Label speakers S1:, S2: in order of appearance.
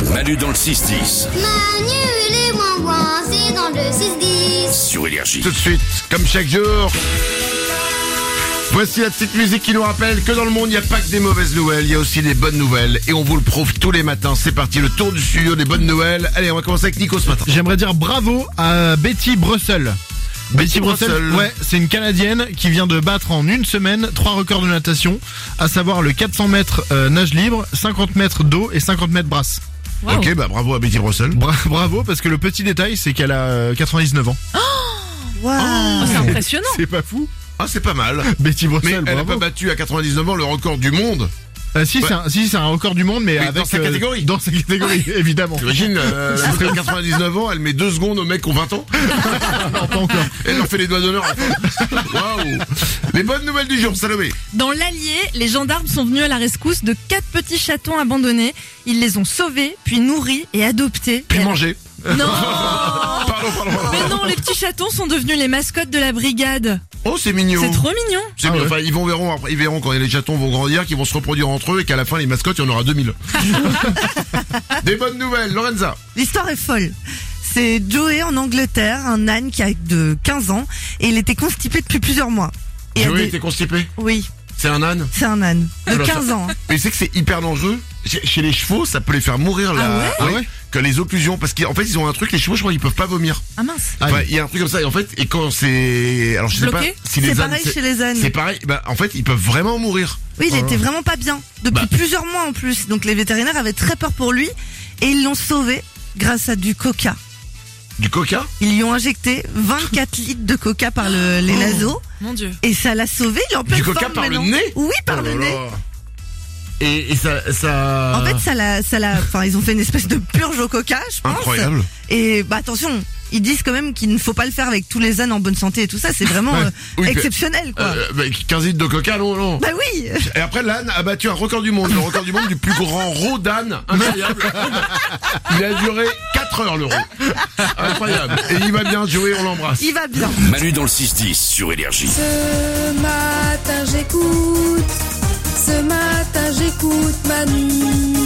S1: Manu dans le 6-10
S2: Manu et les moins c'est dans le 6-10.
S1: sur Énergie.
S3: Tout de suite, comme chaque jour. Voici la petite musique qui nous rappelle que dans le monde, il n'y a pas que des mauvaises nouvelles, il y a aussi des bonnes nouvelles. Et on vous le prouve tous les matins. C'est parti, le tour du studio des bonnes nouvelles. Allez, on va commencer avec Nico ce matin.
S4: J'aimerais dire bravo à Betty Brussel.
S3: Betty Brussel.
S4: ouais, c'est une Canadienne qui vient de battre en une semaine trois records de natation, à savoir le 400 mètres euh, nage libre, 50 mètres d'eau et 50 mètres brasse.
S3: Ok, bah bravo à Betty Brussel.
S4: Bra- bravo, parce que le petit détail, c'est qu'elle a euh, 99 ans.
S5: Ah,
S6: Oh, c'est impressionnant.
S4: C'est pas fou
S3: Ah, c'est pas mal.
S4: Betty
S3: Mais
S4: Brussel,
S3: elle n'a
S4: bravo.
S3: pas battu à 99 ans le record du monde.
S4: Euh, si,
S3: Ouais.
S4: c'est un, si, c'est un record du monde, mais,
S3: Mais
S4: avec...
S3: dans sa
S4: euh,
S3: catégorie.
S4: Dans sa catégorie, évidemment.
S3: T'imagines, euh, après 99 ans, elle met deux secondes aux mecs qui ont 20 ans.
S4: Non, pas encore.
S3: Elle leur fait les doigts d'honneur. Waouh Les bonnes nouvelles du jour, Salomé.
S6: Dans l'Allier, les gendarmes sont venus à la rescousse de quatre petits chatons abandonnés. Ils les ont sauvés, puis nourris et adoptés.
S3: Puis
S6: Et-
S3: manger.
S6: Non Oh.
S3: Pardon, pardon. pardon.
S6: Mais non, les petits chatons sont devenus les mascottes de la brigade.
S3: Oh, c'est mignon.
S6: C'est trop mignon.
S3: C'est
S4: Ah
S3: bien.
S4: ouais.
S3: Enfin, ils vont verront, après, ils verront quand les chatons vont grandir, qu'ils vont se reproduire entre eux et qu'à la fin, les mascottes, il y en aura 2000. Des bonnes nouvelles, Lorenza.
S5: L'histoire est folle. C'est Joey en Angleterre, un âne qui a de 15 ans et il était constipé depuis plusieurs mois. Et a
S3: Joey
S5: des-
S3: était constipé.
S5: Oui,
S3: C'est un âne.
S5: c'est un âne de
S3: Alors ça-
S5: 15 ans.
S3: Mais c'est que c'est hyper dangereux. Chez chez les chevaux, ça peut les faire mourir là.
S4: Ah ouais Ah ouais
S3: Que les occlusions, parce qu'en fait, ils ont un truc. Les chevaux, je crois, ils peuvent pas vomir.
S6: Ah mince.
S3: Enfin, il y a un truc comme ça. Et en fait, et quand c'est, alors je sais
S6: Bloqué
S3: pas si les
S5: C'est
S3: ânes,
S5: pareil
S3: c'est-
S5: chez les ânes.
S3: c'est pareil. Bah, en fait, ils peuvent vraiment mourir.
S5: Oui, il était vraiment pas bien depuis
S3: Hein. Bah.
S5: plusieurs mois en plus. Donc les vétérinaires avaient très peur pour lui et ils l'ont sauvé grâce à du coca.
S3: Du coca.
S5: Ils lui ont injecté 24 litres de coca par le- les naseaux
S6: Mon dieu.
S5: et ça l'a sauvé. Il est en pleine
S3: Oh. coca
S5: forme
S3: par le
S5: maintenant.
S3: nez
S5: Oui, par
S3: Oh
S5: le
S3: là
S5: nez.
S3: là. Et, et ça, ça.
S5: En fait, ça l'a, ça l'a. Enfin, ils ont fait une espèce de purge au coca, je pense.
S3: incroyable.
S5: Et bah attention, ils disent quand même qu'il ne faut pas le faire avec tous les ânes en bonne santé et tout ça, c'est vraiment euh,
S3: Oui, puis-
S5: exceptionnel quoi.
S3: Euh, bah, 15 litres de coca, non, non.
S5: Bah oui
S3: Et après, l'âne a battu un record du monde, le record du monde du plus grand roue d'âne. Incroyable. Il a duré 4 heures, le roue. Incroyable. Et il va bien jouer, on l'embrasse.
S5: Il va bien
S1: Manu dans le 6-10 sur Énergie.
S7: Ce matin j'écoute, ce matin j'écoute Manu.